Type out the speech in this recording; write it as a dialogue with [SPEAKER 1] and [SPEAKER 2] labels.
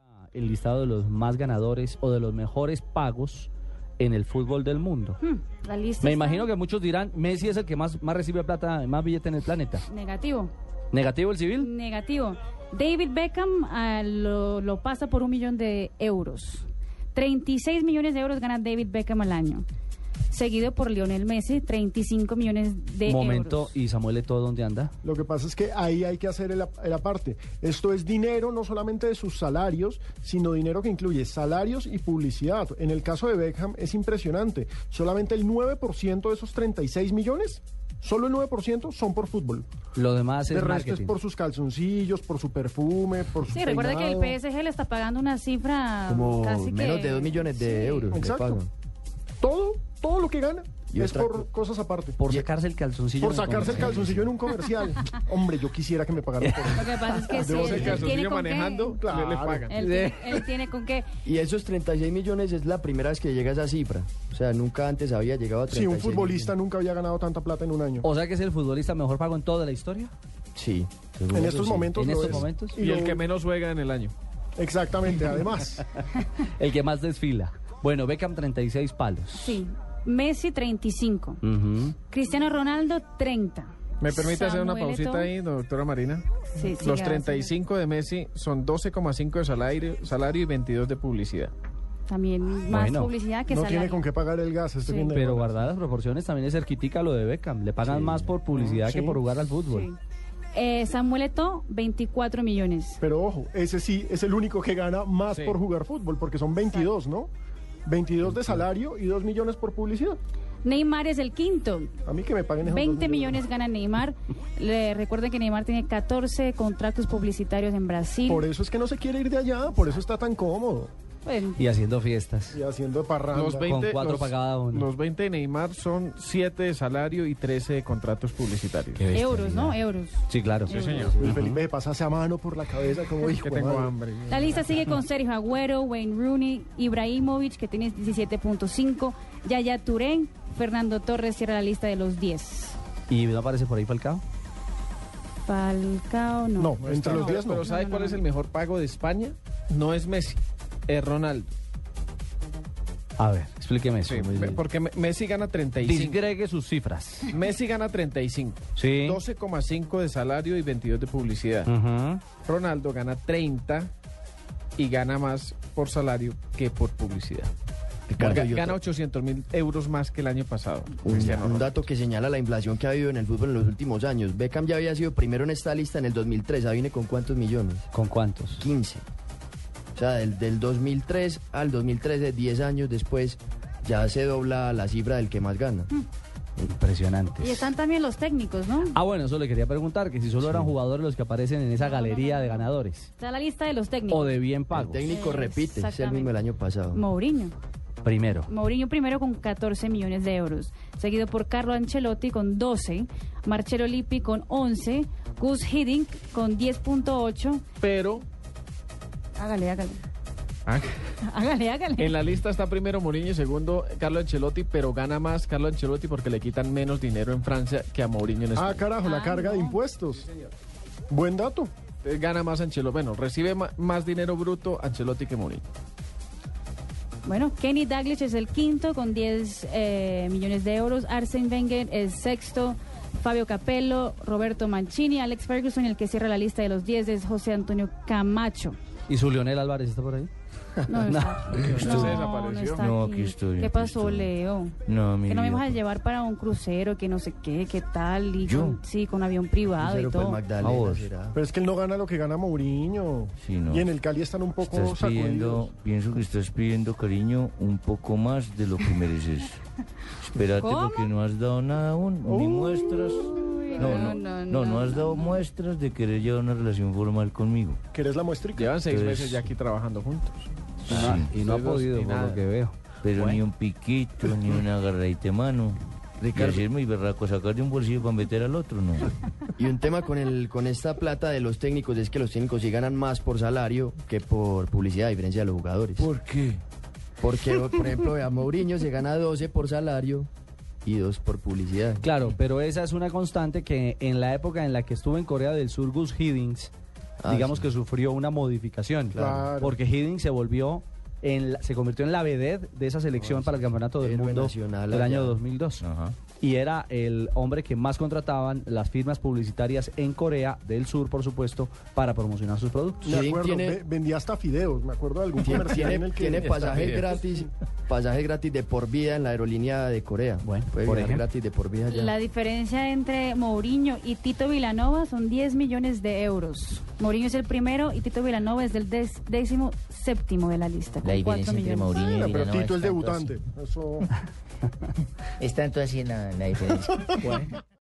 [SPEAKER 1] Ah, el listado de los más ganadores o de los mejores pagos en el fútbol del mundo.
[SPEAKER 2] Hmm, la lista
[SPEAKER 1] Me
[SPEAKER 2] está
[SPEAKER 1] imagino que muchos dirán, Messi es el que más, más recibe plata, más billete en el planeta.
[SPEAKER 2] Negativo.
[SPEAKER 1] ¿Negativo el civil?
[SPEAKER 2] Negativo. David Beckham ah, lo, lo pasa por un millón de euros. 36 millones de euros gana David Beckham al año. Seguido por Lionel Messi, 35 millones de
[SPEAKER 1] Momento,
[SPEAKER 2] euros.
[SPEAKER 1] ¿y Samuel todo dónde anda?
[SPEAKER 3] Lo que pasa es que ahí hay que hacer el, ap- el aparte. Esto es dinero no solamente de sus salarios, sino dinero que incluye salarios y publicidad. En el caso de Beckham es impresionante. Solamente el 9% de esos 36 millones, solo el 9% son por fútbol.
[SPEAKER 1] Lo demás
[SPEAKER 3] De
[SPEAKER 1] es
[SPEAKER 3] resto es
[SPEAKER 1] marketing.
[SPEAKER 3] por sus calzoncillos, por su perfume, por su
[SPEAKER 2] Sí, recuerda que el
[SPEAKER 3] peinado.
[SPEAKER 2] PSG le está pagando una cifra
[SPEAKER 4] Como
[SPEAKER 2] casi que-
[SPEAKER 4] menos de 2 millones de
[SPEAKER 2] Sí.
[SPEAKER 4] euros le
[SPEAKER 3] Exacto.
[SPEAKER 4] pagan.
[SPEAKER 3] Todo, todo lo que gana
[SPEAKER 4] Y
[SPEAKER 3] es
[SPEAKER 4] otra-
[SPEAKER 3] por cosas aparte.
[SPEAKER 1] Por sacarse el calzoncillo.
[SPEAKER 3] Por
[SPEAKER 1] en el
[SPEAKER 3] sacarse el
[SPEAKER 1] comercial.
[SPEAKER 3] calzoncillo en un comercial. Hombre, yo quisiera que me pagaran por
[SPEAKER 2] Lo que pasa es que si
[SPEAKER 3] Yo
[SPEAKER 2] él,
[SPEAKER 3] sé
[SPEAKER 2] él
[SPEAKER 3] que
[SPEAKER 2] tiene
[SPEAKER 5] Sigue
[SPEAKER 2] con qué-
[SPEAKER 5] manejando,
[SPEAKER 3] Claro.
[SPEAKER 5] le, le pagan.
[SPEAKER 2] él,
[SPEAKER 4] Sí.
[SPEAKER 2] él tiene con qué.
[SPEAKER 4] Y esos 36 millones es la primera vez que llega a esa cifra. O sea, nunca antes había llegado a
[SPEAKER 3] Si
[SPEAKER 4] 36
[SPEAKER 3] un futbolista
[SPEAKER 4] millones.
[SPEAKER 3] nunca había ganado tanta plata en un año.
[SPEAKER 1] O sea que es el futbolista mejor pago en toda la historia.
[SPEAKER 4] Sí.
[SPEAKER 3] En estos momentos.
[SPEAKER 1] En
[SPEAKER 3] lo
[SPEAKER 1] estos
[SPEAKER 3] es.
[SPEAKER 1] momentos.
[SPEAKER 5] Y el
[SPEAKER 3] lo-
[SPEAKER 5] que menos juega en el año.
[SPEAKER 3] Exactamente, además.
[SPEAKER 1] El que más desfila. Bueno, Beckham 36 palos.
[SPEAKER 2] Sí. Messi, 35.
[SPEAKER 1] Ujú.
[SPEAKER 2] Cristiano Ronaldo, 30.
[SPEAKER 5] ¿Me permite hacer una
[SPEAKER 2] Samuel
[SPEAKER 5] pausita
[SPEAKER 2] Eto'o.
[SPEAKER 5] ahí, doctora Marina?
[SPEAKER 2] Sí, sí,
[SPEAKER 5] Los
[SPEAKER 2] ya,
[SPEAKER 5] 35 de Messi son 12,5 de salario, salario y 22 de publicidad.
[SPEAKER 2] También más
[SPEAKER 1] Bueno.
[SPEAKER 2] publicidad que
[SPEAKER 3] no
[SPEAKER 2] salario.
[SPEAKER 3] tiene con qué pagar el gas este
[SPEAKER 2] Sí.
[SPEAKER 3] fin de
[SPEAKER 1] Pero
[SPEAKER 3] semana.
[SPEAKER 1] guardadas proporciones también es cerquitica lo de Beckham. Le pagan más por publicidad que
[SPEAKER 3] Sí.
[SPEAKER 1] por jugar al
[SPEAKER 2] Sí.
[SPEAKER 1] fútbol.
[SPEAKER 2] Eh, Samuel Eto'o, 24 millones.
[SPEAKER 3] Pero ojo, ese sí es el único que gana más
[SPEAKER 5] Sí.
[SPEAKER 3] por jugar fútbol, porque son 22, ¿no? 22 de salario y 2 millones por publicidad.
[SPEAKER 2] Neymar es el quinto.
[SPEAKER 3] A mí que me paguen esos
[SPEAKER 2] 20
[SPEAKER 3] dos
[SPEAKER 2] millones gana Neymar. Le recuerden que Neymar tiene 14 contratos publicitarios en Brasil.
[SPEAKER 3] Por eso es que no se quiere ir de allá, por eso está tan cómodo
[SPEAKER 2] Bueno,
[SPEAKER 1] Y haciendo fiestas.
[SPEAKER 3] y haciendo parranda.
[SPEAKER 5] Los 20,
[SPEAKER 1] cuatro
[SPEAKER 5] los-
[SPEAKER 1] pa' cada uno.
[SPEAKER 5] los 20 de Neymar son 7 de salario y 13 de contratos publicitarios.
[SPEAKER 3] este
[SPEAKER 2] euros, ¿no? Euros.
[SPEAKER 1] Sí, claro.
[SPEAKER 2] Sí,
[SPEAKER 5] señor.
[SPEAKER 3] Luis Felipe se pasa esa mano por la cabeza como hijo.
[SPEAKER 5] Que
[SPEAKER 3] de
[SPEAKER 5] tengo
[SPEAKER 3] madre.
[SPEAKER 5] hambre.
[SPEAKER 2] La lista sigue con Sergio Agüero, Wayne Rooney, Ibrahimovic, que tiene 17.5, Yaya Turén, Fernando Torres cierra la lista de los 10.
[SPEAKER 1] ¿Y no aparece por ahí Falcao?
[SPEAKER 2] Falcao, no.
[SPEAKER 3] No, entre los 10 no.
[SPEAKER 5] Pero ¿sabe
[SPEAKER 2] No, no,
[SPEAKER 5] cuál
[SPEAKER 2] no,
[SPEAKER 5] es
[SPEAKER 2] no.
[SPEAKER 5] el mejor pago de España? No es Messi, es Ronaldo.
[SPEAKER 1] A ver, explíqueme eso.
[SPEAKER 5] Sí, me- porque me- Messi gana 35.
[SPEAKER 1] Disgregue sus cifras.
[SPEAKER 5] Messi gana 35.
[SPEAKER 1] Sí.
[SPEAKER 5] 12,5 de salario y 22 de publicidad.
[SPEAKER 1] Ujú.
[SPEAKER 5] Ronaldo gana 30 y gana más por salario que por publicidad. Ga- Gana 800 mil euros más que el año pasado.
[SPEAKER 4] Un,
[SPEAKER 5] Cristiano
[SPEAKER 4] un
[SPEAKER 5] Ronaldo.
[SPEAKER 4] dato que señala la inflación que ha habido en el fútbol en los últimos años. Beckham ya había sido primero en esta lista en el 2003. ¿Ya viene con cuántos millones?
[SPEAKER 1] ¿Con cuántos?
[SPEAKER 4] 15. O sea, del, del 2003 al 2013, 10 años después, ya se dobla la cifra del que más gana.
[SPEAKER 1] Impresionantes.
[SPEAKER 2] Y están también los técnicos, ¿no?
[SPEAKER 1] Ah, bueno, eso le quería preguntar, que si solo eran jugadores los que aparecen en esa galería de ganadores.
[SPEAKER 2] Está la lista de los
[SPEAKER 1] O
[SPEAKER 2] técnicos.
[SPEAKER 1] de bien
[SPEAKER 4] El
[SPEAKER 1] pagos.
[SPEAKER 4] técnico repite, es el mismo el año pasado.
[SPEAKER 2] Mourinho.
[SPEAKER 1] Primero.
[SPEAKER 2] Mourinho primero con 14 millones de euros, seguido por Carlo Ancelotti con 12, Marcelo Lippi con 11, Gus Hiddink con 10.8.
[SPEAKER 5] Pero
[SPEAKER 2] Hágale, hágale.
[SPEAKER 5] ah,
[SPEAKER 2] Hágale, hágale.
[SPEAKER 5] en la lista está primero Mourinho y segundo Carlo Ancelotti, pero gana más Carlo Ancelotti porque le quitan menos dinero en Francia que a Mourinho en España.
[SPEAKER 3] Ah, carajo,
[SPEAKER 2] Ah,
[SPEAKER 3] la carga de
[SPEAKER 2] no.
[SPEAKER 3] impuestos. Buen dato.
[SPEAKER 5] Entonces, Eh, gana más Ancelotti, bueno, recibe ma- más dinero bruto Ancelotti que Mourinho.
[SPEAKER 2] Bueno, Kenny Dalglish es el quinto con 10 eh, millones de euros. Arsene Wenger es sexto. Fabio Capello, Roberto Mancini, Alex Ferguson, el que cierra la lista de los 10 es José Antonio Camacho.
[SPEAKER 1] ¿Y su Leonel Álvarez está por ahí?
[SPEAKER 2] No, no está.
[SPEAKER 5] Usted
[SPEAKER 2] No,
[SPEAKER 5] se desapareció.
[SPEAKER 2] está
[SPEAKER 4] No,
[SPEAKER 2] aquí.
[SPEAKER 4] aquí estoy,
[SPEAKER 2] ¿Qué
[SPEAKER 4] aquí
[SPEAKER 2] pasó,
[SPEAKER 4] estoy.
[SPEAKER 2] Leo?
[SPEAKER 4] No,
[SPEAKER 2] que no me vas a llevar para un crucero, que no sé qué, qué tal. Y
[SPEAKER 4] ¿Yo?
[SPEAKER 2] Con, sí, con avión
[SPEAKER 4] pues,
[SPEAKER 2] privado y todo.
[SPEAKER 1] A vos.
[SPEAKER 3] Pero es que él no gana lo que gana Mourinho.
[SPEAKER 6] Sí, no.
[SPEAKER 3] Y en el Cali están un poco
[SPEAKER 6] Estás
[SPEAKER 3] sacudidos.
[SPEAKER 6] pidiendo, pienso que estás pidiendo cariño un poco más de lo que mereces. Espérate
[SPEAKER 2] ¿Cómo?
[SPEAKER 6] porque no has dado nada aún, ni muestras. No no, no, no, has dado muestras de querer llevar una relación formal conmigo.
[SPEAKER 3] ¿Querés la muestrica?
[SPEAKER 5] Llevan seis
[SPEAKER 6] Entonces-
[SPEAKER 5] meses ya aquí trabajando juntos.
[SPEAKER 1] Ah,
[SPEAKER 3] Ah,
[SPEAKER 1] y no ha
[SPEAKER 5] Ustedes dos
[SPEAKER 1] podido,
[SPEAKER 5] ni
[SPEAKER 1] por lo
[SPEAKER 5] nada.
[SPEAKER 1] que veo.
[SPEAKER 6] Pero ni un piquito, ni una agarradita de mano.
[SPEAKER 4] Ricardo.
[SPEAKER 6] Y hacer muy berraco, sacar de un bolsillo para meter al otro, no.
[SPEAKER 4] Y un tema con, el, con esta plata de los técnicos es que los técnicos sí ganan más por salario que por publicidad, a diferencia de los jugadores.
[SPEAKER 6] ¿Por qué?
[SPEAKER 4] Porque, por ejemplo, a Mourinho se gana 12 por salario y 2 por publicidad.
[SPEAKER 1] Pues Claro, pero esa es una constante que en la época en la que estuvo en Corea del Sur Gus Hiddink
[SPEAKER 4] Ah,
[SPEAKER 1] digamos
[SPEAKER 4] sí.
[SPEAKER 1] que sufrió una modificación.
[SPEAKER 3] Claro.
[SPEAKER 1] Porque Hiddink se volvió, en la- se convirtió en la vedette de esa selección
[SPEAKER 4] No, Ah, sí.
[SPEAKER 1] para el Campeonato del
[SPEAKER 4] Héroe
[SPEAKER 1] Mundo
[SPEAKER 4] nacional
[SPEAKER 1] del año
[SPEAKER 4] allá.
[SPEAKER 1] 2002.
[SPEAKER 6] Ajá.
[SPEAKER 1] Y era el hombre que más contrataban las firmas publicitarias en Corea del Sur, por supuesto, para promocionar sus productos.
[SPEAKER 3] Me
[SPEAKER 4] Sí,
[SPEAKER 3] acuerdo,
[SPEAKER 4] tiene-
[SPEAKER 3] ve- vendía hasta fideos, me acuerdo de algún
[SPEAKER 4] Tiene,
[SPEAKER 3] comercial en
[SPEAKER 4] tiene,
[SPEAKER 3] el que...
[SPEAKER 4] tiene pasaje
[SPEAKER 7] bien.
[SPEAKER 4] gratis, pasaje gratis de por vida en la aerolínea de Corea.
[SPEAKER 1] Bueno,
[SPEAKER 4] Puede
[SPEAKER 1] por
[SPEAKER 4] viajar
[SPEAKER 1] ejemplo.
[SPEAKER 4] gratis de por vida allá.
[SPEAKER 2] La diferencia entre Mourinho y Tito Vilanova son 10 millones de euros. Mourinho es el primero y Tito Vilanova es del des- décimo séptimo de la lista.
[SPEAKER 8] La
[SPEAKER 2] con cuatro
[SPEAKER 8] diferencia entre
[SPEAKER 2] millones.
[SPEAKER 8] Mourinho y
[SPEAKER 3] Bueno, pero
[SPEAKER 8] Vilanova
[SPEAKER 3] Tito es
[SPEAKER 8] es tanto
[SPEAKER 3] debutante. Eso...
[SPEAKER 8] así- Es tanto así la, la diferencia.